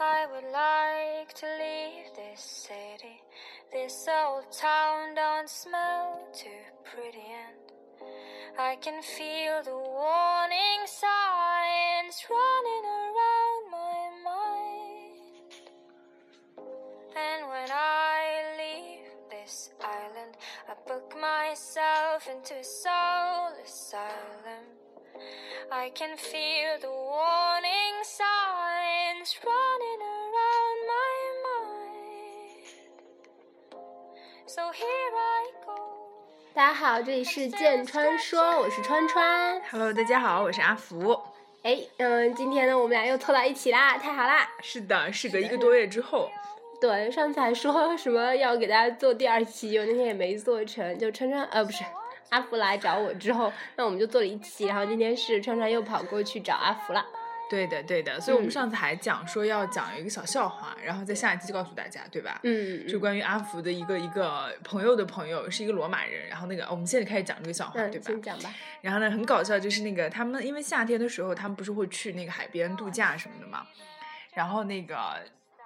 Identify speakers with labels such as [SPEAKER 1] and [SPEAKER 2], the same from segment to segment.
[SPEAKER 1] I would like to leave this city. This old town don't smell too pretty, and I can feel the warning signs running around my mind. And when I leave this island, I book myself into a soulless asylum. I can feel the warning signs running around my mind. So here I go.
[SPEAKER 2] 大家好，这里是剑川说，我是川川。
[SPEAKER 3] Hello，大家好，我是阿福。
[SPEAKER 2] 哎，嗯，今天呢，我们俩又凑到一起啦，太好啦！
[SPEAKER 3] 是的，事隔一个多月之后，
[SPEAKER 2] 对，上次还说什么要给大家做第二期，我那天也没做成，就川川呃不是阿福来找我之后，那我们就做了一期，然后今天是川川又跑过去找阿福了。
[SPEAKER 3] 对的，对的。所以
[SPEAKER 2] 嗯
[SPEAKER 3] 我们上次还讲说要讲一个小笑话，然后在下一期告诉大家，对吧？
[SPEAKER 2] 嗯，
[SPEAKER 3] 就关于阿福的一个一个朋友的朋友是一个罗马人，然后那个、哦我们现在开始讲这个笑话，
[SPEAKER 2] 嗯，
[SPEAKER 3] 对吧？
[SPEAKER 2] 先讲吧。
[SPEAKER 3] 然后呢，很搞笑，就是那个他们因为夏天的时候，他们不是会去那个海边度假什么的嘛。然后那个，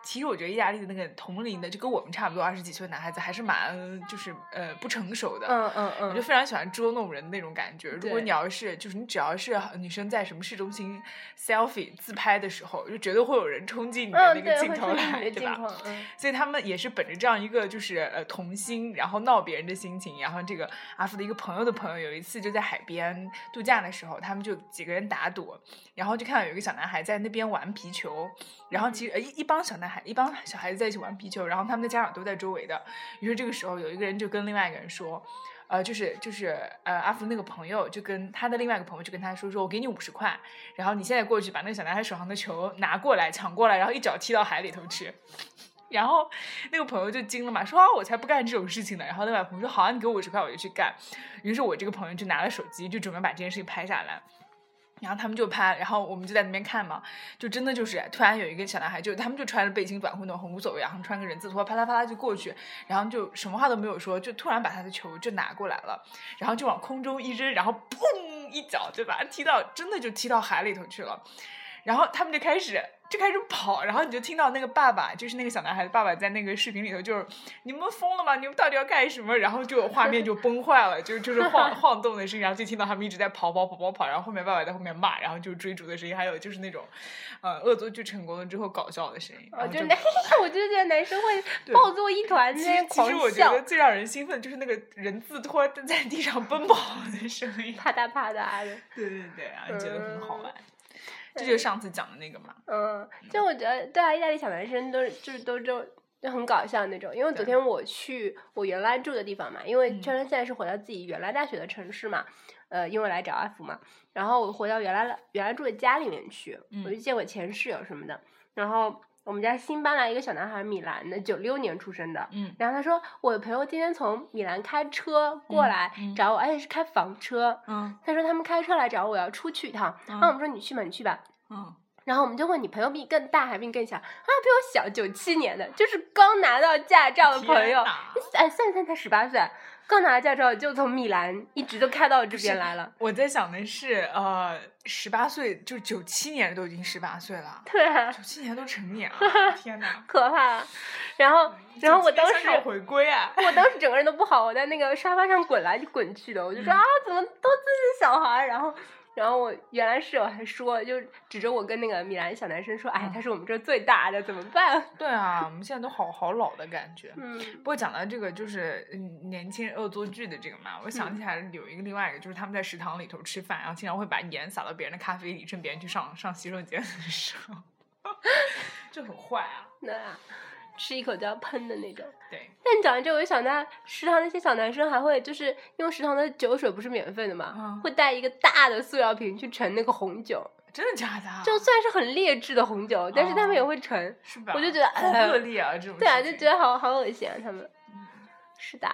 [SPEAKER 3] 其实我觉得意大利的那个同龄的，就跟我们差不多二十几岁的男孩子，还是蛮就是呃不成熟的。
[SPEAKER 2] 嗯嗯
[SPEAKER 3] 我就
[SPEAKER 2] 嗯，
[SPEAKER 3] 非常喜欢捉弄人的那种感觉。如果
[SPEAKER 2] 对
[SPEAKER 3] 你要是就是你只要是女生在什么市中心 selfie 自拍的时候，就绝对会有人冲进你的那
[SPEAKER 2] 嗯对，
[SPEAKER 3] 个
[SPEAKER 2] 会
[SPEAKER 3] 镜
[SPEAKER 2] 出
[SPEAKER 3] 头
[SPEAKER 2] 现
[SPEAKER 3] 来，
[SPEAKER 2] 你的
[SPEAKER 3] 对
[SPEAKER 2] 近
[SPEAKER 3] 吧？
[SPEAKER 2] 况。嗯，
[SPEAKER 3] 所以他们也是本着这样一个就是呃童心，然后闹别人的心情，然后这个阿福的一个朋友的朋友有一次就在海边度假的时候，他们就几个人打赌，然后就看到有一个小男孩在那边玩皮球，然后其实呃一一帮小男孩一帮小孩子在一起玩皮球，然后他们的家长都在周围的，于是这个时候有一个人就跟另外一个人说。呃，就是就是呃，阿福那个朋友就跟他的另外一个朋友就跟他说，说我给你五十块，然后你现在过去把那个小男孩手上的球拿过来抢过来，然后一脚踢到海里头去。 然后那个朋友就惊了嘛，说啊，我才不干这种事情呢。然后另外一个朋友说，好啊，你给我五十块，我就去干。于是我这个朋友就拿了手机，就准备把这件事情拍下来。然后他们就拍，然后我们就在那边看嘛，就真的就是突然有一个小男孩，就他们就穿着背心短裤那种无所谓，然后穿个人字拖，啪啦啪啦就过去，然后就什么话都没有说，就突然把他的球就拿过来了，然后就往空中一扔，然后砰一脚就把他踢到，真的就踢到海里头去了。然后他们就开始就开始跑，然后你就听到那个爸爸，就是那个小男孩的爸爸，在那个视频里头就是你们疯了吗？你们到底要干什么？然后就画面就崩坏了，就就是晃晃动的声音，然后就听到他们一直在跑跑跑跑跑，然后后面爸爸在后面骂，然后就追逐的声音，还有就是那种，呃，恶作剧成功了之后搞笑的声音。
[SPEAKER 2] 我
[SPEAKER 3] 然后
[SPEAKER 2] 哦就
[SPEAKER 3] 就
[SPEAKER 2] 男，我就觉得男生会
[SPEAKER 3] 对
[SPEAKER 2] 抱作一团，
[SPEAKER 3] 其
[SPEAKER 2] 在那
[SPEAKER 3] 实
[SPEAKER 2] 边
[SPEAKER 3] 其
[SPEAKER 2] 狂
[SPEAKER 3] 实我觉
[SPEAKER 2] 笑
[SPEAKER 3] 得，最让人兴奋就是那个人字拖在地上奔跑的声音。
[SPEAKER 2] 啪嗒啪嗒的。
[SPEAKER 3] 对对对啊，觉得很好玩。这
[SPEAKER 2] 对
[SPEAKER 3] 就是上次讲的那个嘛。
[SPEAKER 2] 嗯，就我觉得，对啊，意大利小男生都是就是都就就很搞笑那种。因为昨
[SPEAKER 3] 对
[SPEAKER 2] 天我去我原来住的地方嘛，因为
[SPEAKER 3] 嗯
[SPEAKER 2] 圈圈现在是回到自己原来大学的城市嘛，呃，因为来找阿福嘛，然后我回到原来的原来住的家里面去，我就
[SPEAKER 3] 嗯
[SPEAKER 2] 见我前室友什么的。然后我们家新搬来一个小男孩，米兰的，九六年出生的。
[SPEAKER 3] 嗯
[SPEAKER 2] 然后他说，我朋友今天从米兰开车过
[SPEAKER 3] 嗯
[SPEAKER 2] 来
[SPEAKER 3] 嗯
[SPEAKER 2] 找我，而且是开房车。
[SPEAKER 3] 嗯
[SPEAKER 2] 他说他们开车来找我，要出去一趟。然后我们说你去吧，你去吧。
[SPEAKER 3] 嗯，
[SPEAKER 2] 然后我们就问你朋友比你更大还比你更小啊？比我小，九七年的，就是刚拿到驾照的朋友
[SPEAKER 3] 天。哪
[SPEAKER 2] 哎，算一算才十八岁，刚拿驾照就从米兰一直都开到这
[SPEAKER 3] 是
[SPEAKER 2] 边来了。
[SPEAKER 3] 我在想的是，呃，十八岁就是九七年都已经十八岁了，
[SPEAKER 2] 对啊，
[SPEAKER 3] 九七年都成 年了，天哪！
[SPEAKER 2] 可怕。然后，然后我
[SPEAKER 3] 97
[SPEAKER 2] 当
[SPEAKER 3] 年
[SPEAKER 2] 时
[SPEAKER 3] 香港回归啊，
[SPEAKER 2] 我当时整个人都不好，我在那个沙发上滚来滚去的，我就说
[SPEAKER 3] 嗯
[SPEAKER 2] 啊，怎么都这些小孩儿？然后，然后我原来室友还说，就指着我跟那个米兰小男生说，哎，
[SPEAKER 3] 嗯
[SPEAKER 2] 他是我们这儿最大的，怎么办？
[SPEAKER 3] 对啊，我们现在都好好老的感觉。
[SPEAKER 2] 嗯
[SPEAKER 3] 不过讲到这个就是嗯年轻人恶作剧的这个嘛，我
[SPEAKER 2] 嗯
[SPEAKER 3] 想起来有一个另外一个，就是他们在食堂里头吃饭，然后经常会把盐撒到别人的咖啡里，趁别人去上上洗手间的时候， 就很坏啊。
[SPEAKER 2] 对啊，吃一口就要喷的那种。
[SPEAKER 3] 对，
[SPEAKER 2] 但讲完这，我就想到食堂那些小男生还会就是用食堂的酒水不是免费的嘛，
[SPEAKER 3] 嗯
[SPEAKER 2] 会带一个大的塑料瓶去盛那个红酒，
[SPEAKER 3] 真的假的啊？
[SPEAKER 2] 就虽然是很劣质的红酒，但是他们也会盛。
[SPEAKER 3] 是吧？
[SPEAKER 2] 我就觉得
[SPEAKER 3] 好
[SPEAKER 2] 哎
[SPEAKER 3] 恶劣啊，哦这种嗯
[SPEAKER 2] 对啊，
[SPEAKER 3] 事
[SPEAKER 2] 就
[SPEAKER 3] 情
[SPEAKER 2] 觉得好好恶心啊，他们。是的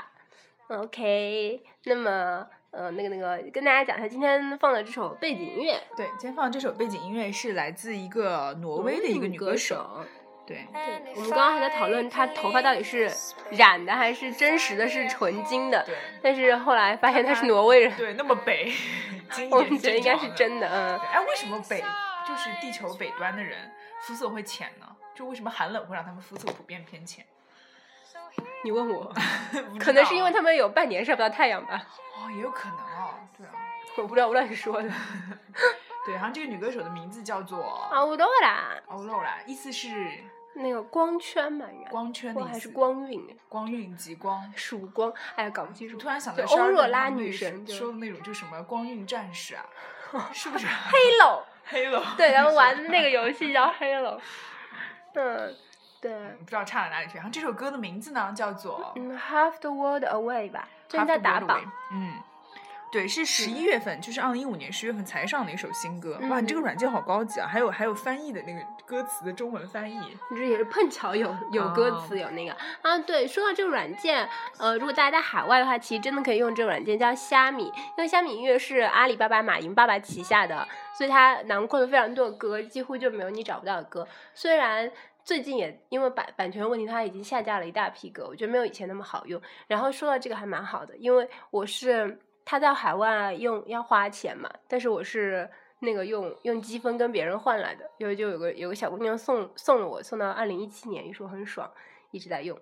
[SPEAKER 2] ，OK，那么。呃，那个那个，跟大家讲一下，今天放的这首背景音乐，
[SPEAKER 3] 对，今天放这首背景音乐是来自一个挪威的一个女
[SPEAKER 2] 歌
[SPEAKER 3] 歌手，。对，
[SPEAKER 2] 对，我们刚刚还在讨论她头发到底是染的还是真实的，是纯金的。
[SPEAKER 3] 对
[SPEAKER 2] 但是后来发现她是挪威人，
[SPEAKER 3] 对，那么北，经
[SPEAKER 2] 我
[SPEAKER 3] 也
[SPEAKER 2] 们觉得应该是真
[SPEAKER 3] 正常的。
[SPEAKER 2] 的。嗯，
[SPEAKER 3] 对哎，为什么北就是啊地球北端的人肤色会浅呢？就为什么寒冷会让他们肤色普遍偏浅？
[SPEAKER 2] 你问我，
[SPEAKER 3] 不知
[SPEAKER 2] 可能是因为
[SPEAKER 3] 道
[SPEAKER 2] 他们有半年晒不到太阳吧？
[SPEAKER 3] 哦，也有可能哦，对啊，
[SPEAKER 2] 我不知道，我乱说的。
[SPEAKER 3] 对。然后这个女歌手的名字叫做
[SPEAKER 2] 啊，我懂啦，
[SPEAKER 3] 欧露啦，意思是
[SPEAKER 2] 那个光圈嘛，应该
[SPEAKER 3] 光圈的
[SPEAKER 2] 光
[SPEAKER 3] 意
[SPEAKER 2] 还是
[SPEAKER 3] 思
[SPEAKER 2] 光晕？
[SPEAKER 3] 光晕极光。
[SPEAKER 2] 曙光？哎呀，搞不清楚。
[SPEAKER 3] 我突然想到
[SPEAKER 2] 就
[SPEAKER 3] 十
[SPEAKER 2] 欧
[SPEAKER 3] 二
[SPEAKER 2] 若
[SPEAKER 3] 个
[SPEAKER 2] 拉
[SPEAKER 3] 团
[SPEAKER 2] 女
[SPEAKER 3] 队
[SPEAKER 2] 神
[SPEAKER 3] 说
[SPEAKER 2] 就
[SPEAKER 3] 说的那种，就什么光晕战士啊，是 不是？
[SPEAKER 2] Halo，
[SPEAKER 3] 黑了。
[SPEAKER 2] 对，咱们玩那个游戏叫 Halo。嗯，对，
[SPEAKER 3] 不知道差到哪里去。然后这首歌的名字呢，叫做《
[SPEAKER 2] 嗯，Half the World Away 吧，最近在
[SPEAKER 3] Half the
[SPEAKER 2] 打
[SPEAKER 3] World Away
[SPEAKER 2] 榜。。
[SPEAKER 3] 嗯，对，是十一月份，就是二零一五年十月份才上的一首新歌。哇，你这个
[SPEAKER 2] 嗯
[SPEAKER 3] 软件好高级啊！还有还有翻译的那个歌词的中文翻译。
[SPEAKER 2] 你这也是碰巧有有歌词有那个啊，对，说到这个软件，呃，如果大家在海外的话，其实真的可以用这个软件叫虾米，因为虾米音乐是阿里巴巴马云爸爸旗下的，所以它囊括了非常多的歌，几乎就没有你找不到的歌。虽然最近也因为版版权问题，它已经下架了一大批歌，我觉得没有以前那么好用。然后说到这个还蛮好的，因为我是他在海外用要花钱嘛，但是我是那个用用积分跟别人换来的，因为就有个有个小姑娘送送了我，送到二零一七年，一说很爽，一直在用。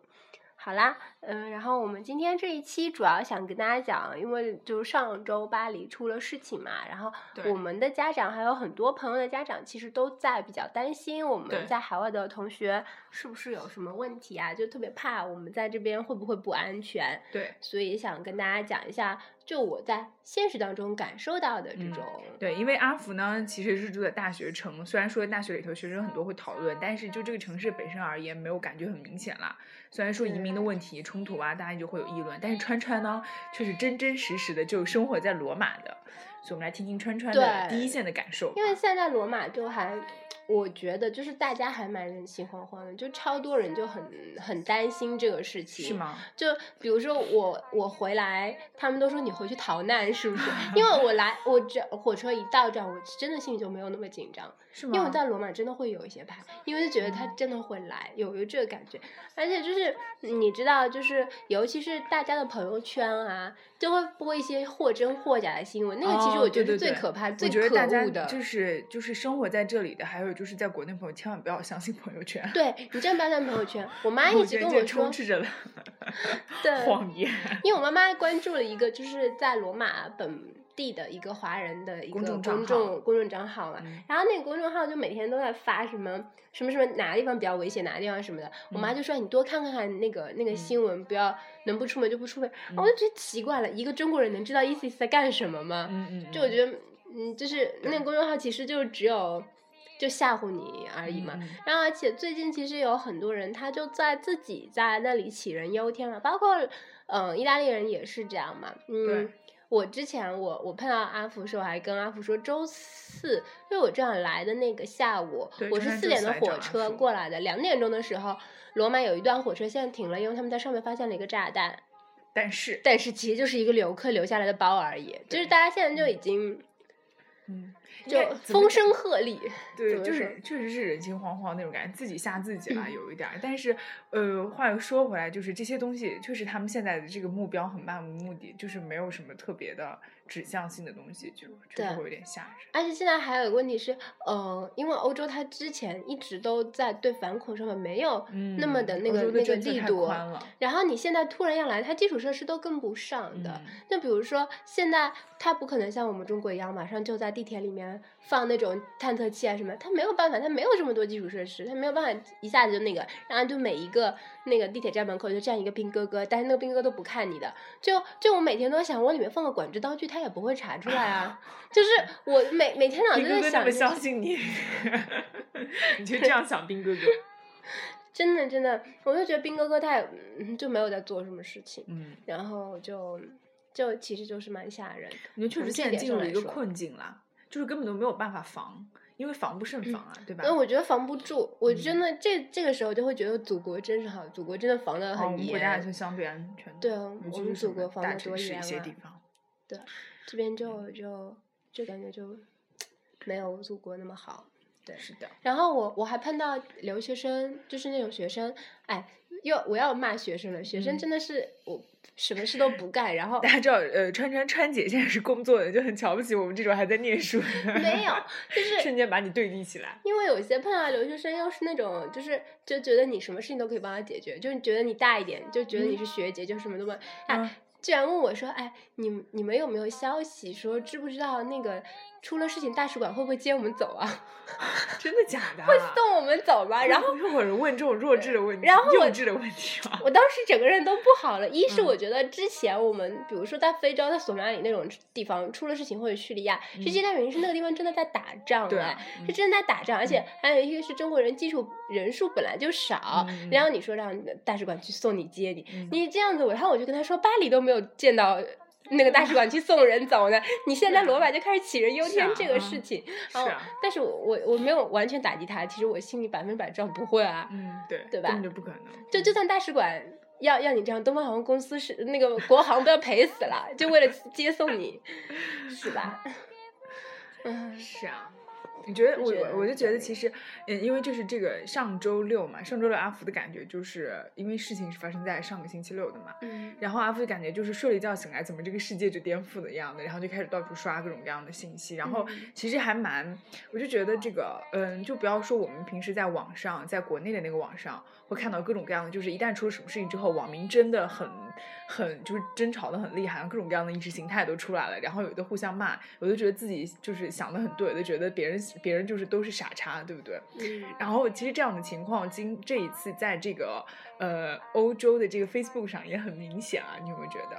[SPEAKER 2] 好啦，嗯、然后我们今天这一期主要想跟大家讲，因为就是上周巴黎出了事情嘛，然后
[SPEAKER 3] 对
[SPEAKER 2] 我们的家长还有很多朋友的家长，其实都在比较担心我
[SPEAKER 3] 对
[SPEAKER 2] 们在海外的同学是不是有什么问题啊，就特别怕我们在这边会不会不安全，
[SPEAKER 3] 对
[SPEAKER 2] 所以想跟大家讲一下，就我在现实当中感受到的这
[SPEAKER 3] 嗯
[SPEAKER 2] 种，
[SPEAKER 3] 对，因为阿福呢，其实是住在大学城，虽然说大学里头学生很多会讨论，但是就这个城市本身而言，没有感觉很明显啦。虽然说移民的
[SPEAKER 2] 嗯
[SPEAKER 3] 问题冲突啊，大家就会有议论，但是川川呢，却是真真实实的就生活在罗马的，所以我们来听听川川的
[SPEAKER 2] 对
[SPEAKER 3] 第一线的感受吧。
[SPEAKER 2] 因为现在罗马就还，我觉得就是大家还蛮人心惶惶的，就超多人就很很担心这个事情，
[SPEAKER 3] 是？吗？
[SPEAKER 2] 就比如说我我回来，他们都说你回去逃难是 不是？因为我来我这火车一到站，我真的心里就没有那么紧张，
[SPEAKER 3] 是
[SPEAKER 2] 因为我在罗马真的会有一些怕，因为就觉得他真的会来，有有这个感觉，而且就是你知道，就是尤其是大家的朋友圈啊，就会播一些或真或假的新闻，那个其实
[SPEAKER 3] 哦
[SPEAKER 2] 我觉
[SPEAKER 3] 对
[SPEAKER 2] 得是
[SPEAKER 3] 对
[SPEAKER 2] 最
[SPEAKER 3] 对
[SPEAKER 2] 可怕、
[SPEAKER 3] 我
[SPEAKER 2] 最
[SPEAKER 3] 觉
[SPEAKER 2] 可
[SPEAKER 3] 得大家
[SPEAKER 2] 恶的。
[SPEAKER 3] 就是就是生活在这里的，还有就是在国内朋友，千万不要相信朋友圈。
[SPEAKER 2] 对你真的不要看朋友圈，我 妈
[SPEAKER 3] 朋友
[SPEAKER 2] 一直
[SPEAKER 3] 圈
[SPEAKER 2] 跟
[SPEAKER 3] 就
[SPEAKER 2] 我说
[SPEAKER 3] 充，斥着
[SPEAKER 2] 对，
[SPEAKER 3] 谎言。
[SPEAKER 2] 因为我妈妈关注了一个就是在罗马本地的一个华人的一个
[SPEAKER 3] 公
[SPEAKER 2] 公
[SPEAKER 3] 众
[SPEAKER 2] 众
[SPEAKER 3] 账
[SPEAKER 2] 公
[SPEAKER 3] 号
[SPEAKER 2] 众账号嘛，
[SPEAKER 3] 嗯
[SPEAKER 2] 然后那个公众号就每天都在发什么什么什么哪个地方比较危险，哪个地方什么的。我
[SPEAKER 3] 嗯
[SPEAKER 2] 妈就说你多看看看那个那个新闻，不要能不出门就不出门。
[SPEAKER 3] 嗯
[SPEAKER 2] 我就觉得奇怪了，一个中国人能知道 ISIS 在干什么吗？
[SPEAKER 3] 嗯嗯，
[SPEAKER 2] 就我
[SPEAKER 3] 得
[SPEAKER 2] 觉得，嗯，就是那
[SPEAKER 3] 对
[SPEAKER 2] 个公众号其实就只有就吓唬你而
[SPEAKER 3] 嗯
[SPEAKER 2] 已嘛。然后，而且最近其实有很多人，他就在自己在那里杞人忧天了，包括嗯、意大利人也是这样嘛。
[SPEAKER 3] 对
[SPEAKER 2] 嗯，我之前我我碰到阿福的时候，还跟阿福说，周四，因为我正好来的那个下午
[SPEAKER 3] 对，
[SPEAKER 2] 我
[SPEAKER 3] 中
[SPEAKER 2] 是
[SPEAKER 3] 山
[SPEAKER 2] 四
[SPEAKER 3] 周
[SPEAKER 2] 点
[SPEAKER 3] 四
[SPEAKER 2] 的
[SPEAKER 3] 来找
[SPEAKER 2] 火
[SPEAKER 3] 阿
[SPEAKER 2] 车
[SPEAKER 3] 福
[SPEAKER 2] 过来的，两点钟的时候，罗马有一段火车线停了，因为他们在上面发现了一个炸弹，
[SPEAKER 3] 但是，
[SPEAKER 2] 但是其实就是一个游客留下来的包而已，就是
[SPEAKER 3] 对
[SPEAKER 2] 大家现在就已经
[SPEAKER 3] 嗯，
[SPEAKER 2] 就
[SPEAKER 3] 应该怎么
[SPEAKER 2] 风
[SPEAKER 3] 讲
[SPEAKER 2] 声鹤唳。
[SPEAKER 3] 对，
[SPEAKER 2] 怎么嗯
[SPEAKER 3] 就是确实是人心惶惶那种感觉，自己吓自己啦，有一点儿。但是，呃，话又说回来，就是这些东西，确实他们现在的这个目标很漫无目的，就是没有什么特别的指向性的东西，就确实
[SPEAKER 2] 对
[SPEAKER 3] 会有点吓人。
[SPEAKER 2] 而且现在还有一个问题是，呃，因为欧洲它之前一直都在对反恐上面没有
[SPEAKER 3] 嗯，
[SPEAKER 2] 那么的那
[SPEAKER 3] 欧
[SPEAKER 2] 个、
[SPEAKER 3] 洲的
[SPEAKER 2] 那个
[SPEAKER 3] 政策
[SPEAKER 2] 力
[SPEAKER 3] 太
[SPEAKER 2] 度，
[SPEAKER 3] 宽了。
[SPEAKER 2] 然后你现在突然要来，它基础设施都跟不上的。
[SPEAKER 3] 嗯
[SPEAKER 2] 那比如说，现在它不可能像我们中国一样，马上就在地铁里面放那种探测器啊什么，它没有办法，它没有这么多基础设施，它没有办法一下子就那个，然后就每一个那个地铁站门口就站一个兵哥哥，但是那个兵哥哥都不看你的，就就我每天都想，我里面放个管制刀具，他也不会查出来 啊，就是我每每天 脑
[SPEAKER 3] 兵
[SPEAKER 2] 子
[SPEAKER 3] 哥
[SPEAKER 2] 在
[SPEAKER 3] 哥那
[SPEAKER 2] 想
[SPEAKER 3] 么
[SPEAKER 2] 着
[SPEAKER 3] 相信你， 你就这样想兵哥哥。
[SPEAKER 2] 真的真的，我就觉得兵哥哥他也、嗯、就没有在做什么事情，
[SPEAKER 3] 嗯，
[SPEAKER 2] 然后就就其实就是蛮吓人的。
[SPEAKER 3] 我觉得确
[SPEAKER 2] 从
[SPEAKER 3] 实
[SPEAKER 2] 这
[SPEAKER 3] 现在
[SPEAKER 2] 点
[SPEAKER 3] 进
[SPEAKER 2] 上
[SPEAKER 3] 入了
[SPEAKER 2] 来
[SPEAKER 3] 一个
[SPEAKER 2] 说
[SPEAKER 3] 困境啦，就是根本都没有办法防，因为防不胜防啊，对
[SPEAKER 2] 嗯
[SPEAKER 3] 吧？
[SPEAKER 2] 那我觉得防不住，我
[SPEAKER 3] 嗯
[SPEAKER 2] 真的、这这个时候就会觉得祖国真是好，祖国真的防的
[SPEAKER 3] 哦我
[SPEAKER 2] 很
[SPEAKER 3] 们
[SPEAKER 2] 严。
[SPEAKER 3] 国家还是相对安全的。
[SPEAKER 2] 对啊
[SPEAKER 3] 尤其
[SPEAKER 2] 我们
[SPEAKER 3] 是什
[SPEAKER 2] 祖国
[SPEAKER 3] 么
[SPEAKER 2] 防
[SPEAKER 3] 大
[SPEAKER 2] 得
[SPEAKER 3] 城
[SPEAKER 2] 多
[SPEAKER 3] 市一
[SPEAKER 2] 严
[SPEAKER 3] 些
[SPEAKER 2] 啊
[SPEAKER 3] 地方。
[SPEAKER 2] 这边
[SPEAKER 3] 嗯
[SPEAKER 2] 就就就感觉就没有祖国那么好。对
[SPEAKER 3] 是的，
[SPEAKER 2] 然后我我还碰到留学生，就是那种学生，哎，又我要骂学生了，学
[SPEAKER 3] 嗯
[SPEAKER 2] 生真的是我什么事都不干，然 后
[SPEAKER 3] 大家知道，呃，川川川姐现在是工作的，就很瞧不起我们这种还在念书的。
[SPEAKER 2] 没有，就是
[SPEAKER 3] 瞬间把你对立起来。
[SPEAKER 2] 因为有些碰到留学生，又是那种就是就觉得你什么事情都可以帮他解决，就是觉得你大一点，就觉得你是学姐，就什么都问。哎，
[SPEAKER 3] 嗯
[SPEAKER 2] 居然问我说，哎，你们你们有没有消息说知不知道那个出了事情，大使馆会不会接我们走啊？
[SPEAKER 3] 真的假的啊？
[SPEAKER 2] 会送我们走吗？ 然后
[SPEAKER 3] 又有人问这种弱智的问题，
[SPEAKER 2] 然后
[SPEAKER 3] 幼
[SPEAKER 2] 我
[SPEAKER 3] 稚的问题啊吗？
[SPEAKER 2] 我当时整个人都不好了。一是
[SPEAKER 3] 嗯
[SPEAKER 2] 我觉得之前我们，比如说在非洲、在索马里那种地方出了事情，或者叙利亚，
[SPEAKER 3] 嗯
[SPEAKER 2] 实际的原因是那个地方真的在打仗，
[SPEAKER 3] 对
[SPEAKER 2] 哎
[SPEAKER 3] 啊，嗯
[SPEAKER 2] 是真的在打仗，而且还有一个是中国人基础人数本来就少，
[SPEAKER 3] 嗯嗯
[SPEAKER 2] 然后你说让大使馆去送你接你，
[SPEAKER 3] 嗯
[SPEAKER 2] 你这样子，我然后我就跟他说，巴黎都没有见到。那个大使馆去送人走呢，你现在罗马就开始杞人忧
[SPEAKER 3] 啊是
[SPEAKER 2] 天
[SPEAKER 3] 啊
[SPEAKER 2] 这个
[SPEAKER 3] 嗯
[SPEAKER 2] 事情，
[SPEAKER 3] 是
[SPEAKER 2] 哦
[SPEAKER 3] 啊，
[SPEAKER 2] 但是我我我没有完全打击他，其实我心里百分之百知道不会啊，
[SPEAKER 3] 嗯，对，
[SPEAKER 2] 对吧
[SPEAKER 3] 根本就不可能。
[SPEAKER 2] 就就算大使馆要要你这样，东方航空公司是那个国航都要赔死了，就为了接送你，是吧？嗯，
[SPEAKER 3] 是啊。你觉得
[SPEAKER 2] 就
[SPEAKER 3] 我
[SPEAKER 2] 觉得
[SPEAKER 3] 我就觉
[SPEAKER 2] 对
[SPEAKER 3] 得其实，嗯，因为就是这个上周六嘛，上周六阿福的感觉就是因为事情是发生在上个星期六的嘛，
[SPEAKER 2] 嗯
[SPEAKER 3] 然后阿福就感觉就是睡了一觉醒来，怎么这个世界就颠覆了一样的，然后就开始到处刷各种各样的信息，然后
[SPEAKER 2] 嗯
[SPEAKER 3] 其实还蛮，我就觉得这个，嗯，就不要说我们平时在网上，在国内的那个网上会看到各种各样的，就是一旦出了什么事情之后，网民真的很很就是争吵的很厉害，各种各样的意识形态都出来了，然后有的互相骂，有的觉得自己就是想的很对，有的觉得别人别人就是都是傻叉，对不对？
[SPEAKER 2] 嗯
[SPEAKER 3] 然后其实这样的情况，今这一次在这个呃欧洲的这个 Facebook 上也很明显啊，你有没有觉得？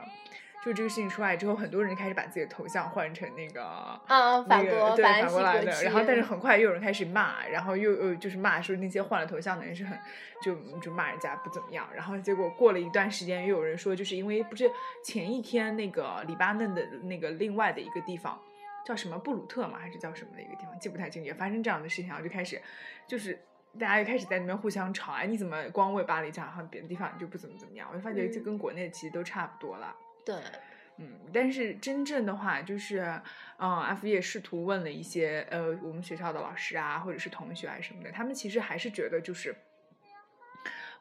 [SPEAKER 3] 就这个事情出来之后，很多人开始把自己的头像换成那个
[SPEAKER 2] 啊，
[SPEAKER 3] 那
[SPEAKER 2] 法
[SPEAKER 3] 个
[SPEAKER 2] 国
[SPEAKER 3] 对
[SPEAKER 2] 法兰
[SPEAKER 3] 反
[SPEAKER 2] 西
[SPEAKER 3] 过来
[SPEAKER 2] 国
[SPEAKER 3] 的，
[SPEAKER 2] 旗，
[SPEAKER 3] 然后但是很快又有人开始骂，然后又又就是骂说那些换了头像的人是很就就骂人家不怎么样，然后结果过了一段时间，又有人说就是因为不是前一天那个黎巴嫩的那个另外的一个地方。叫什么布鲁特嘛，还是叫什么的一个地方，记不太清，也发生这样的事情，然后就开始，就是大家又开始在那边互相吵，哎，你怎么光为巴黎这样，然后别的地方你就不怎么怎么样？我就发觉这
[SPEAKER 2] 嗯
[SPEAKER 3] 跟国内其实都差不多了。
[SPEAKER 2] 对，
[SPEAKER 3] 嗯，但是真正的话，就是，嗯，阿福也试图问了一些，呃，我们学校的老师啊，或者是同学啊什么的，他们其实还是觉得就是，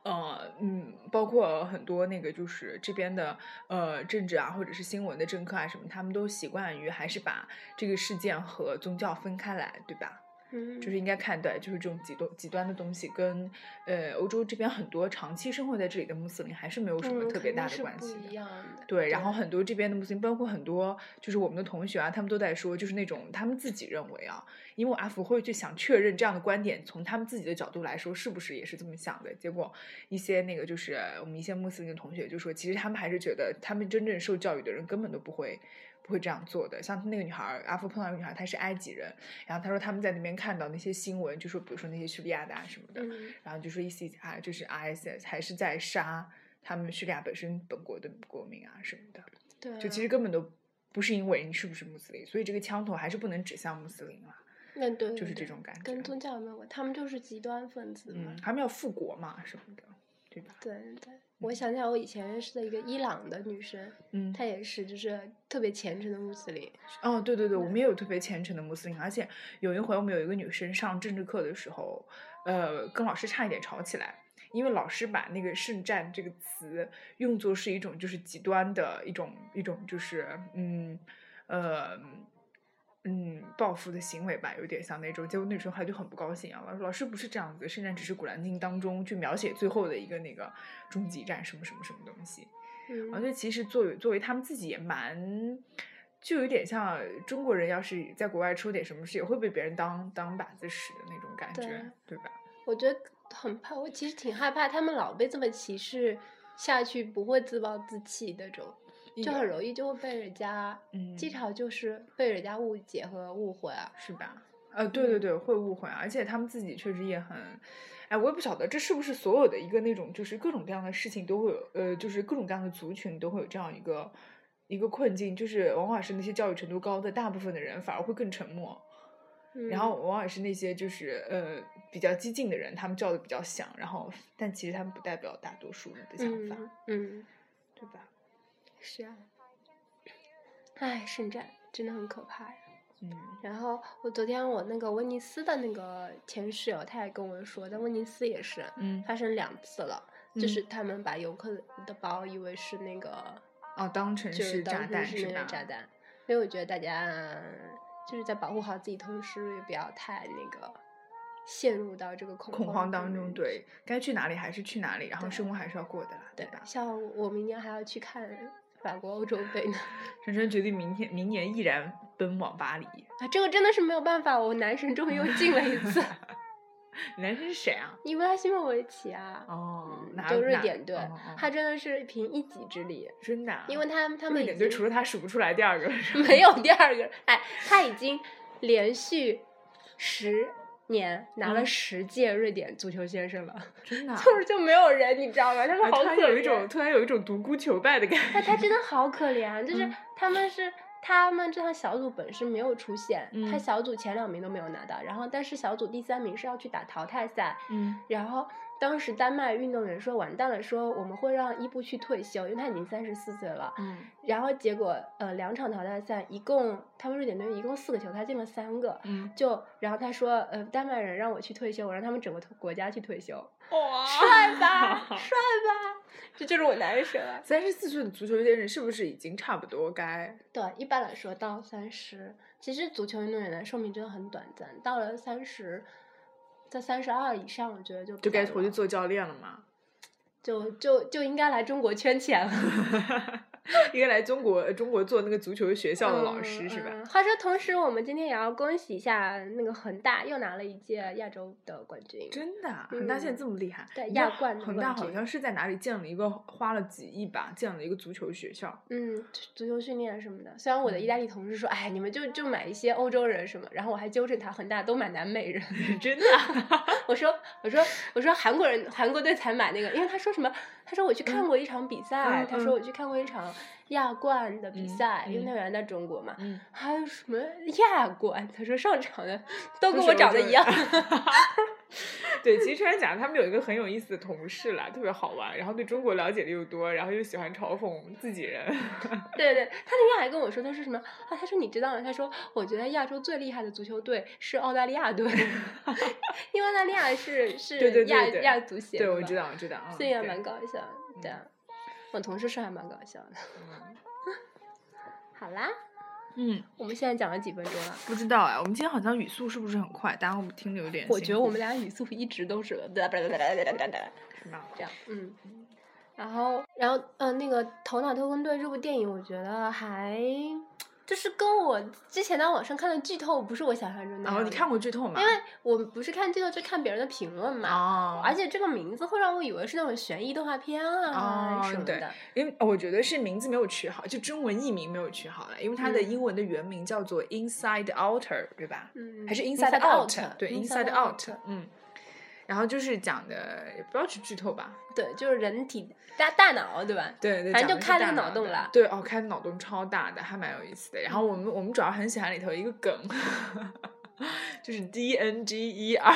[SPEAKER 3] 呃，嗯，包括很多那个就是这边的，呃，政治啊，或者是新闻的政客啊什么，他们都习惯于还是把这个事件和宗教分开来，对吧？
[SPEAKER 2] 嗯
[SPEAKER 3] 就是应该看待，就是这种极端极端的东西跟，呃，欧洲这边很多长期生活在这里的穆斯林还是没有什么
[SPEAKER 2] 嗯
[SPEAKER 3] 特别
[SPEAKER 2] 肯
[SPEAKER 3] 大
[SPEAKER 2] 定
[SPEAKER 3] 的
[SPEAKER 2] 是
[SPEAKER 3] 关系
[SPEAKER 2] 不
[SPEAKER 3] 的
[SPEAKER 2] 一。样的。
[SPEAKER 3] 对，然后很多这边的穆斯林，包括很多就是我们的同学啊，他们都在说，就是那种他们自己认为啊，因为阿福会去想确认这样的观点，从他们自己的角度来说，是不是也是这么想的？结果一些那个就是我们一些穆斯林的同学就说，其实他们还是觉得他们真正受教育的人根本都不会。不会这样做的，像那个女孩儿，阿福碰到一个女孩儿，她是埃及人，然后她说他们在那边看到那些新闻，就说比如说那些叙利亚的啊什么的，
[SPEAKER 2] 嗯
[SPEAKER 3] 然后就说 ISIS 啊，就是 ISIS 还是在杀他们叙利亚本身本国的国民啊什么的，
[SPEAKER 2] 对啊，
[SPEAKER 3] 就其实根本都不是因为你是不是穆斯林，所以这个枪头还是不能指向穆斯林啊，
[SPEAKER 2] 那对
[SPEAKER 3] 就是
[SPEAKER 2] 对
[SPEAKER 3] 这种感觉。
[SPEAKER 2] 跟宗教没有关，他们就是极端分子嘛
[SPEAKER 3] 嗯，。他们要复国嘛什么的，对吧？
[SPEAKER 2] 对对对，我想起来我以前认识的一个伊朗的女生，
[SPEAKER 3] 嗯，
[SPEAKER 2] 她也是就是特别虔诚的穆斯林。
[SPEAKER 3] 哦，对对对，我们也有特别虔诚的穆斯林，而且有一回我们有一个女生上政治课的时候，呃，跟老师差一点吵起来，因为老师把那个“圣战”这个词用作是一种就是极端的一种一种就是嗯呃嗯报复的行为吧，有点像那种。结果那时候她就很不高兴啊，老师老师不是这样子的，圣战只是古兰经当中去描写最后的一个那个终极战什么什么什么东西。
[SPEAKER 2] 嗯
[SPEAKER 3] 我觉得其实作为作为他们自己也蛮，就有点像中国人，要是在国外出点什么事，也会被别人当当靶子使的那种感觉，对吧？
[SPEAKER 2] 我觉得很怕，我其实挺害怕他们老被这么歧视下去，不会自暴自弃那种，就很容易就会被人家，
[SPEAKER 3] 嗯
[SPEAKER 2] 经常就是被人家误解和误会啊。
[SPEAKER 3] 是吧？呃，对对对，会误会，啊而且他们自己确实也很，哎，我也不晓得这是不是所有的一个那种，就是各种各样的事情都会有，呃，就是各种各样的族群都会有这样一个一个困境，就是往往是那些教育程度高的大部分的人反而会更沉默，
[SPEAKER 2] 嗯
[SPEAKER 3] 然后往往是那些就是呃比较激进的人，他们叫的比较响，然后但其实他们不代表大多数人的想
[SPEAKER 2] 嗯
[SPEAKER 3] 法，
[SPEAKER 2] 嗯嗯，
[SPEAKER 3] 对吧？
[SPEAKER 2] 是啊，唉，圣战真的很可怕呀。
[SPEAKER 3] 嗯
[SPEAKER 2] 然后我昨天我那个威尼斯的那个前室友，他也跟我说，在威尼斯也是
[SPEAKER 3] 嗯
[SPEAKER 2] 发生两次了。就是他们把游客的包以为是那个，
[SPEAKER 3] 哦，当成
[SPEAKER 2] 就是
[SPEAKER 3] 是
[SPEAKER 2] 当
[SPEAKER 3] 炸
[SPEAKER 2] 成
[SPEAKER 3] 弹
[SPEAKER 2] 是
[SPEAKER 3] 是
[SPEAKER 2] 那个
[SPEAKER 3] 吧？
[SPEAKER 2] 炸弹。所以我觉得大家就是在保护好自己同时，也不要太那个陷入到这个恐
[SPEAKER 3] 恐慌当中，
[SPEAKER 2] 里
[SPEAKER 3] 对，该去哪里还是去哪里，然后
[SPEAKER 2] 对
[SPEAKER 3] 生活还是要过的啦，
[SPEAKER 2] 对
[SPEAKER 3] 吧，？
[SPEAKER 2] 像我明年还要去看法国欧洲杯呢，
[SPEAKER 3] 珊珊决定明天明年毅然奔往巴黎。
[SPEAKER 2] 啊，这个真的是没有办法，我男神终于又进了一次，
[SPEAKER 3] 你男生是谁啊？
[SPEAKER 2] 尼古拉希莫维奇啊，
[SPEAKER 3] 哦
[SPEAKER 2] 嗯，
[SPEAKER 3] 哪
[SPEAKER 2] 就瑞
[SPEAKER 3] 哪
[SPEAKER 2] 典队
[SPEAKER 3] 哦哦，
[SPEAKER 2] 他真的是凭一己之力，
[SPEAKER 3] 真的啊，
[SPEAKER 2] 因为他他们
[SPEAKER 3] 瑞
[SPEAKER 2] 已
[SPEAKER 3] 典队
[SPEAKER 2] 经
[SPEAKER 3] 除了他数不出来第二个 是吧
[SPEAKER 2] 没有第二个，哎，他已经连续十年拿了
[SPEAKER 3] 嗯
[SPEAKER 2] 十届瑞典足球先生了，
[SPEAKER 3] 真的啊，
[SPEAKER 2] 就是就没有人，你知道吗？他
[SPEAKER 3] 啊
[SPEAKER 2] 们好
[SPEAKER 3] 突然
[SPEAKER 2] 可
[SPEAKER 3] 有一种
[SPEAKER 2] 怜，
[SPEAKER 3] 突然有一种独孤求败的感
[SPEAKER 2] 但
[SPEAKER 3] 觉。
[SPEAKER 2] 他真的好可怜，啊就是
[SPEAKER 3] 嗯
[SPEAKER 2] 他们是。他们这趟小组本身没有出现，他
[SPEAKER 3] 嗯
[SPEAKER 2] 小组前两名都没有拿到，然后但是小组第三名是要去打淘汰赛，
[SPEAKER 3] 嗯
[SPEAKER 2] 然后当时丹麦运动员说完蛋了，说我们会让伊布去退休，因为他已经三十四岁了，
[SPEAKER 3] 嗯
[SPEAKER 2] 然后结果呃两场淘汰赛，一共他们瑞典队一共四个球，他进了三个。
[SPEAKER 3] 嗯，
[SPEAKER 2] 就然后他说呃丹麦人让我去退休，我让他们整个国家去退休，
[SPEAKER 3] 哇，
[SPEAKER 2] 帅 吧 帅吧，这就是我男神啊。
[SPEAKER 3] 三十四岁的足球先生是不是已经差不多该？
[SPEAKER 2] 对，一般来说到三十，其实足球运动员的寿命真的很短暂，到了三十，在三十二以上，我觉得就
[SPEAKER 3] 就该
[SPEAKER 2] 不早
[SPEAKER 3] 回去
[SPEAKER 2] 了
[SPEAKER 3] 做教练了嘛，
[SPEAKER 2] 就就就应该来中国圈钱了。
[SPEAKER 3] 应该来中国呃中国做那个足球学校的老师
[SPEAKER 2] 嗯
[SPEAKER 3] 是吧？
[SPEAKER 2] 嗯话说，同时我们今天也要恭喜一下那个恒大，又拿了一届亚洲的冠军。
[SPEAKER 3] 真的啊，恒大现在这么厉害，
[SPEAKER 2] 嗯对
[SPEAKER 3] 你知道
[SPEAKER 2] 亚冠的
[SPEAKER 3] 恒大
[SPEAKER 2] 冠
[SPEAKER 3] 好
[SPEAKER 2] 军
[SPEAKER 3] 像是在哪里建了一个花了几亿吧，建了一个足球 学校。
[SPEAKER 2] 嗯，足球训练什么的。虽然我
[SPEAKER 3] 嗯
[SPEAKER 2] 的意大利同事说，哎，你们就就买一些欧洲人什么，然后我还纠正他，恒大都买南美人。
[SPEAKER 3] 真的啊、
[SPEAKER 2] 我说，我说，我说韩国人韩国队才买那个，因为他说什么？他说我去看过一场比赛，
[SPEAKER 3] 嗯
[SPEAKER 2] 他说
[SPEAKER 3] 嗯
[SPEAKER 2] 我去看过一场亚冠的比
[SPEAKER 3] 嗯
[SPEAKER 2] 赛，因为
[SPEAKER 3] 嗯
[SPEAKER 2] 他原来在中国嘛。
[SPEAKER 3] 嗯，
[SPEAKER 2] 还有什么亚冠？他说上场的 都跟
[SPEAKER 3] 是
[SPEAKER 2] 我
[SPEAKER 3] 欧
[SPEAKER 2] 长得
[SPEAKER 3] 洲
[SPEAKER 2] 一 样。
[SPEAKER 3] 对，其实突然讲，他们有一个很有意思的同事啦，特别好玩，然后对中国了解的又多，然后又喜欢嘲讽自己人。
[SPEAKER 2] 对对，他那天还跟我说，他说什么啊？他说你知道吗？他说我觉得亚洲最厉害的足球队是澳大利亚队， 因为澳大利亚是是亚
[SPEAKER 3] 对对对对
[SPEAKER 2] 亚足协，
[SPEAKER 3] 对，我知，道，我知道，嗯
[SPEAKER 2] 所以也
[SPEAKER 3] 对嗯
[SPEAKER 2] 蛮搞笑的。对啊，我同事说还蛮搞笑的。 好啦，
[SPEAKER 3] 嗯，
[SPEAKER 2] 我们现在讲了几分钟了？
[SPEAKER 3] 不知道哎，我们今天好像语速是不是很快？大家会不会听的有点辛苦？
[SPEAKER 2] 我觉得我们俩语速一直都是
[SPEAKER 3] 是吧？
[SPEAKER 2] 这样，嗯。然后，然后，呃，那个《头脑特工队》这部电影，我觉得还就是跟我之前在网上看的剧透不是我想象中那
[SPEAKER 3] 然
[SPEAKER 2] 样
[SPEAKER 3] 后
[SPEAKER 2] 的。
[SPEAKER 3] 哦你看过剧透吗？
[SPEAKER 2] 因为我不是看剧透，就看别人的评论嘛。
[SPEAKER 3] 哦，
[SPEAKER 2] 而且这个名字会让我以为是那种悬疑动画片啊、
[SPEAKER 3] 哦
[SPEAKER 2] 什么
[SPEAKER 3] 对
[SPEAKER 2] 的。
[SPEAKER 3] 因为我觉得是名字没有取好，就中文译名没有取好了，因为它的
[SPEAKER 2] 嗯
[SPEAKER 3] 英文的原名叫做 Inside Outer，对吧？
[SPEAKER 2] 嗯，
[SPEAKER 3] 还是
[SPEAKER 2] Inside
[SPEAKER 3] Inside Out？对
[SPEAKER 2] Inside
[SPEAKER 3] ，Inside
[SPEAKER 2] Out，
[SPEAKER 3] Out，嗯。然后就是讲的，也不要去剧透吧。
[SPEAKER 2] 对，就是人体大大脑，对吧？
[SPEAKER 3] 对对，
[SPEAKER 2] 反正
[SPEAKER 3] 讲
[SPEAKER 2] 就
[SPEAKER 3] 的是
[SPEAKER 2] 开了
[SPEAKER 3] 大
[SPEAKER 2] 个脑
[SPEAKER 3] 的
[SPEAKER 2] 洞啦嗯
[SPEAKER 3] 对哦，开的脑洞超大的，还蛮有意思的。然后我们我们主要很喜欢里头一个梗， 就是 D N G E R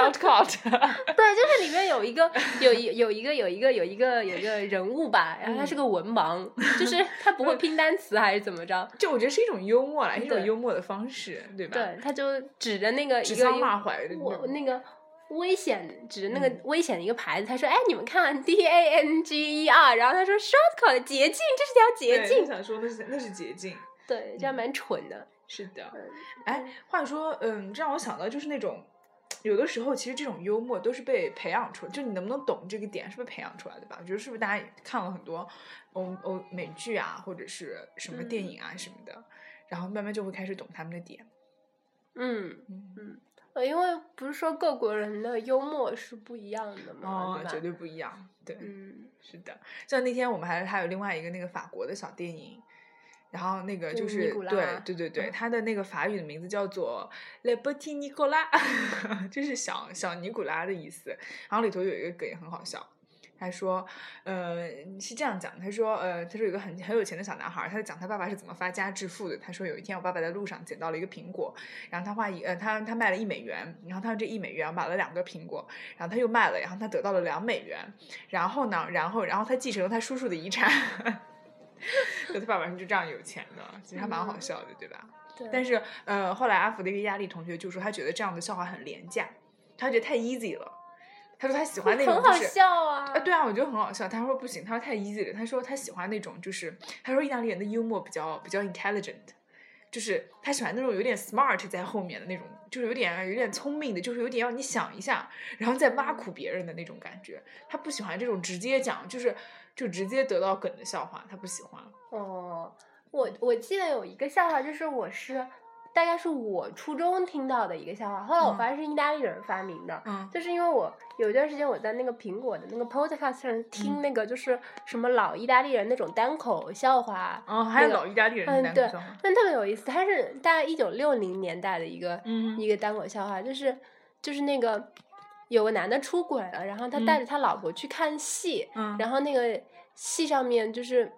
[SPEAKER 3] shortcut。
[SPEAKER 2] 对，就是里面有一个有一有一个有一个有一个有一个人物吧，然后他
[SPEAKER 3] 嗯
[SPEAKER 2] 是个文盲，就是他不会拼单词还是怎么着？
[SPEAKER 3] 就我觉得是一种幽默啦，一种
[SPEAKER 2] 对
[SPEAKER 3] 幽默的方式，对吧？
[SPEAKER 2] 对，他就指着那个一
[SPEAKER 3] 指
[SPEAKER 2] 个
[SPEAKER 3] 桑骂槐的嗯那
[SPEAKER 2] 我
[SPEAKER 3] 种
[SPEAKER 2] 那个危险指着那个危险的一个牌子，他说：“哎，你们看 D A N G E R。”然后他说：“shortcut 捷径，这是条捷
[SPEAKER 3] 对嗯
[SPEAKER 2] 径
[SPEAKER 3] 我。想说那是那是捷径。”
[SPEAKER 2] 对，这样蛮蠢的。
[SPEAKER 3] 是的，
[SPEAKER 2] 嗯
[SPEAKER 3] 哎，话说，嗯，这让我想到就是那种，有的时候其实这种幽默都是被培养出来，就你能不能懂这个点是被培养出来的吧？我觉得是不是大家也看了很多欧欧美剧啊，或者是什么电
[SPEAKER 2] 嗯
[SPEAKER 3] 影啊什么的，然后慢慢就会开始懂他们的点。
[SPEAKER 2] 嗯，
[SPEAKER 3] 嗯，
[SPEAKER 2] 呃因为不是说各国人的幽默是不一样的嘛，
[SPEAKER 3] 哦，绝
[SPEAKER 2] 对吧？
[SPEAKER 3] 对不一样。对，
[SPEAKER 2] 嗯，
[SPEAKER 3] 是的。像那天我们还还有另外一个那个法国的小电影。然后那个就
[SPEAKER 2] 嗯
[SPEAKER 3] 是
[SPEAKER 2] 尼古拉
[SPEAKER 3] 对对对对，
[SPEAKER 2] 嗯
[SPEAKER 3] 他的那个法语的名字叫做 Le Petit Nicolas，就是小小尼古拉的意思。然后里头有一个梗也很好笑，他说，呃，是这样讲的，他说，呃，他说有一个很很有钱的小男孩儿，他在讲他爸爸是怎么发家致富的。他说有一天我爸爸在路上捡到了一个苹果，然后他花一呃他他卖了一美元，然后他用这一美元买了两个苹果，然后他又卖了，然后他得到了两美元，然后呢，然后然后他继承了他叔叔的遗产。 就他爸爸是就这样有钱的，其实还蛮好
[SPEAKER 2] 嗯
[SPEAKER 3] 笑的，对吧？
[SPEAKER 2] 对。
[SPEAKER 3] 但是呃，后来阿福的一个压力同学就说，他觉得这样的笑话很廉价，他觉得太 easy 了。他说他喜欢那种、
[SPEAKER 2] 很
[SPEAKER 3] 就
[SPEAKER 2] 好
[SPEAKER 3] 是，
[SPEAKER 2] 笑啊！
[SPEAKER 3] 啊，对啊，我觉得很好笑。他说不行，他说太 easy 了。他说他喜欢那种，就是他说意大利人的幽默比较比较 intelligent，就是他喜欢那种有点 smart 在后面的那种，就是有点有点聪明的，就是有点要你想一下，然后再挖苦别人的那种感觉。他不喜欢这种直接讲，就是就直接得到梗的笑话，他不喜欢。
[SPEAKER 2] 哦，我我记得有一个笑话，就是我是大概是我初中听到的一个笑话，后来我
[SPEAKER 3] 嗯
[SPEAKER 2] 发现是意大利人发明的。
[SPEAKER 3] 嗯
[SPEAKER 2] 就是因为我有一段时间我在那个苹果的那个 podcast 上听那个就是什么老意大利人那种单口笑话，
[SPEAKER 3] 哦，还有
[SPEAKER 2] 那个
[SPEAKER 3] 老意大利人的
[SPEAKER 2] 嗯
[SPEAKER 3] 男
[SPEAKER 2] 对
[SPEAKER 3] 生，
[SPEAKER 2] 但特别有意思，它是大概一九六零年代的一个、
[SPEAKER 3] 嗯
[SPEAKER 2] 一个单口笑话，就是就是那个有个男的出轨了，然后他带着他老婆去看戏，
[SPEAKER 3] 嗯
[SPEAKER 2] 然后那个戏上面就是。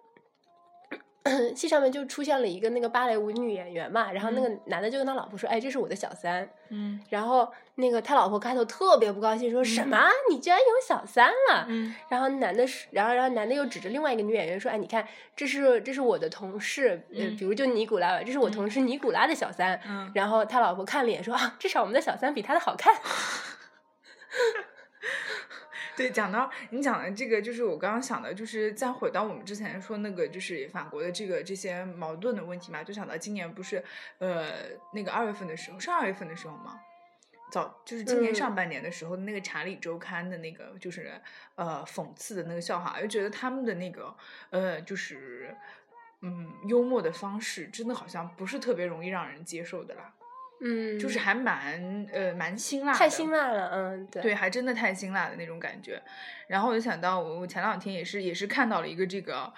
[SPEAKER 2] 戏上面就出现了一个那个芭蕾舞女演员嘛，然后那个男的就跟他老婆说：“哎，这是我的小三。”
[SPEAKER 3] 嗯
[SPEAKER 2] 然后那个他老婆开头特别不高兴，说什么你居然有小三了？
[SPEAKER 3] 嗯
[SPEAKER 2] 然后男的是，然后然后男的又指着另外一个女演员说：“哎，你看，这是这是我的同事，呃
[SPEAKER 3] 嗯，
[SPEAKER 2] 比如就尼古拉吧，这是我同事尼古拉的小三。
[SPEAKER 3] 嗯，
[SPEAKER 2] 然后他老婆看了一眼说：“啊，至少我们的小三比他的好 看。
[SPEAKER 3] 对，讲到你讲的这个，就是我刚刚想的，就是再回到我们之前说那个，就是法国的这个这些矛盾的问题嘛，就想到今年不是呃那个二月份的时候，是二月份的时候吗？早就是今年
[SPEAKER 2] 嗯
[SPEAKER 3] 上半年的时候，那个《查理周刊》的那个就是呃讽刺的那个笑话，就觉得他们的那个呃就是嗯幽默的方式，真的好像不是特别容易让人接受的啦，”
[SPEAKER 2] 嗯，
[SPEAKER 3] 就是还蛮呃蛮辛辣的，
[SPEAKER 2] 太辛辣了，嗯，对，
[SPEAKER 3] 对，还真的太辛辣的那种感觉。然后我就想到，我我前两天也是也是看到了一个这个，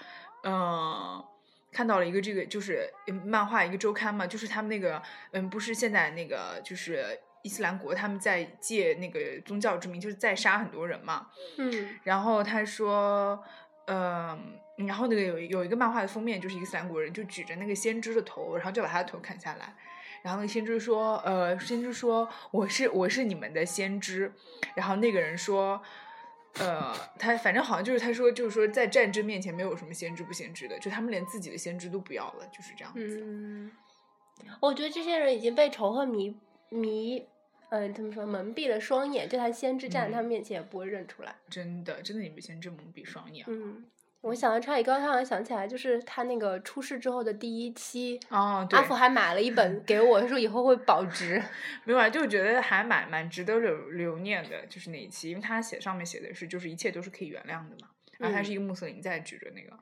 [SPEAKER 3] 嗯。看到了一个这个就是嗯漫画一个周刊嘛，就是他们那个嗯，不是现在那个就是伊斯兰国他们在借那个宗教之名，就是在杀很多人嘛。
[SPEAKER 2] 嗯
[SPEAKER 3] 然后他说，嗯，然后那个有有一个漫画的封面，就是伊斯兰国人就举着那个先知的头，然后就把他的头砍下来。然后那个先知说，呃，先知说我是我是你们的先知。然后那个人说，呃，他反正好像就是他说就是说在战争面前没有什么先知不先知的，就他们连自己的先知都不要了，就是这样子。
[SPEAKER 2] 嗯，我觉得这些人已经被仇恨迷迷，嗯、怎么说蒙蔽了双眼，就他先知站在他
[SPEAKER 3] 嗯
[SPEAKER 2] 面前也不会认出来。
[SPEAKER 3] 真的，真的，你们先知蒙蔽双眼。
[SPEAKER 2] 嗯，我想到查理高康，我想起来就是他那个出事之后的第一期，
[SPEAKER 3] 哦，对
[SPEAKER 2] 阿，福还买了一 本给我，说以后会保值。
[SPEAKER 3] 没有啊，就觉得还蛮蛮值得留留念的，就是那一期，因为他写上面写的是，就是一切都是可以原谅的嘛。然后他
[SPEAKER 2] 嗯
[SPEAKER 3] 是一个穆斯林在举着那个，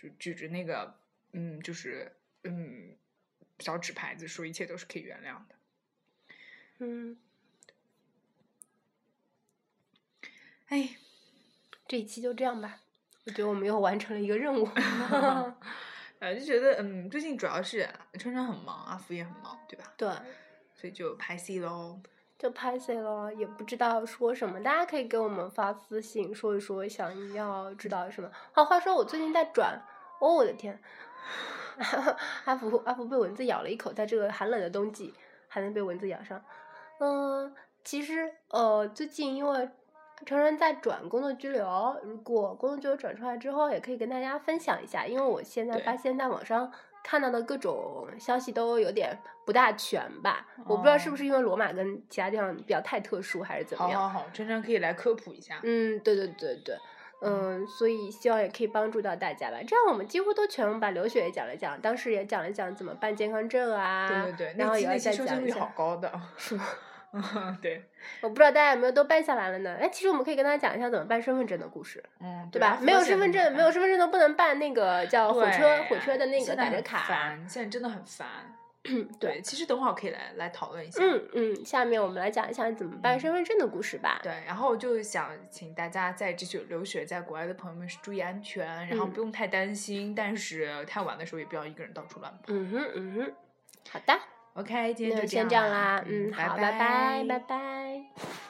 [SPEAKER 3] 就举着那个，嗯，就是嗯小纸牌子说一切都是可以原谅的。
[SPEAKER 2] 嗯，
[SPEAKER 3] 哎，
[SPEAKER 2] 这一期就这样吧。我觉得我们又完成了一个任务。
[SPEAKER 3] 呃，就觉得嗯，最近主要是川川很忙，阿福也很忙，对吧？
[SPEAKER 2] 对，
[SPEAKER 3] 所以就拍戏喽。
[SPEAKER 2] 就拍碎了，也不知道说什么。大家可以给我们发私信，说一说想要知道什么。哦，话说我最近在转，哦，我的天，阿福阿福被蚊子咬了一口，在这个寒冷的冬季还能被蚊子咬伤。嗯，其实呃，最近因为常常在转工作居留，如果工作居留转出来之后，也可以跟大家分享一下，因为我现在
[SPEAKER 3] 对
[SPEAKER 2] 发现在网上看到的各种消息都有点不大全吧，我不知道是
[SPEAKER 3] 哦
[SPEAKER 2] 不是因为罗马跟其他地方比较太特殊，还是怎
[SPEAKER 3] 好
[SPEAKER 2] 么样？
[SPEAKER 3] 好好，川川可以来科普一下。
[SPEAKER 2] 嗯，对对对对。嗯，所以希望也可以帮助到大家吧。这样我们几乎都全部把留学也讲了讲，当时也讲了讲怎么办健康证啊，
[SPEAKER 3] 对对对，
[SPEAKER 2] 然后
[SPEAKER 3] 那期
[SPEAKER 2] 也要
[SPEAKER 3] 那期
[SPEAKER 2] 再
[SPEAKER 3] 收
[SPEAKER 2] 讲
[SPEAKER 3] 听
[SPEAKER 2] 一
[SPEAKER 3] 率
[SPEAKER 2] 下
[SPEAKER 3] 好。高的，
[SPEAKER 2] 是吗？
[SPEAKER 3] 嗯， 对，
[SPEAKER 2] 我不知道大家有没有都背下来了呢？哎，其实我们可以跟大家讲一下怎么办身份证的故事，
[SPEAKER 3] 嗯，
[SPEAKER 2] 对
[SPEAKER 3] 阿
[SPEAKER 2] 吧？
[SPEAKER 3] 福
[SPEAKER 2] 没
[SPEAKER 3] 到
[SPEAKER 2] 有
[SPEAKER 3] 现
[SPEAKER 2] 身
[SPEAKER 3] 在
[SPEAKER 2] 份
[SPEAKER 3] 都没
[SPEAKER 2] 证，没
[SPEAKER 3] 办
[SPEAKER 2] 有身份证都不能办那个叫火车
[SPEAKER 3] 对
[SPEAKER 2] 火车的那个
[SPEAKER 3] 现在
[SPEAKER 2] 打折
[SPEAKER 3] 很
[SPEAKER 2] 卡。嗯
[SPEAKER 3] 烦，现在真的很烦。
[SPEAKER 2] 对，
[SPEAKER 3] 其实等会儿我可以来来讨论一下。
[SPEAKER 2] 嗯嗯，下面我们来讲一下怎么办
[SPEAKER 3] 嗯
[SPEAKER 2] 身份证的故事吧。
[SPEAKER 3] 对，然后就想请大家在这就留学在国外的朋友们是注意安全，
[SPEAKER 2] 嗯
[SPEAKER 3] 然后不用太担心，但是太晚的时候也不要一个人到处乱跑。
[SPEAKER 2] 嗯哼嗯哼，好的，
[SPEAKER 3] OK，今天
[SPEAKER 2] 那
[SPEAKER 3] 就
[SPEAKER 2] 先
[SPEAKER 3] 这
[SPEAKER 2] 这样嗯
[SPEAKER 3] 样嗯
[SPEAKER 2] 啦。嗯，好，拜拜拜
[SPEAKER 3] 拜
[SPEAKER 2] 拜。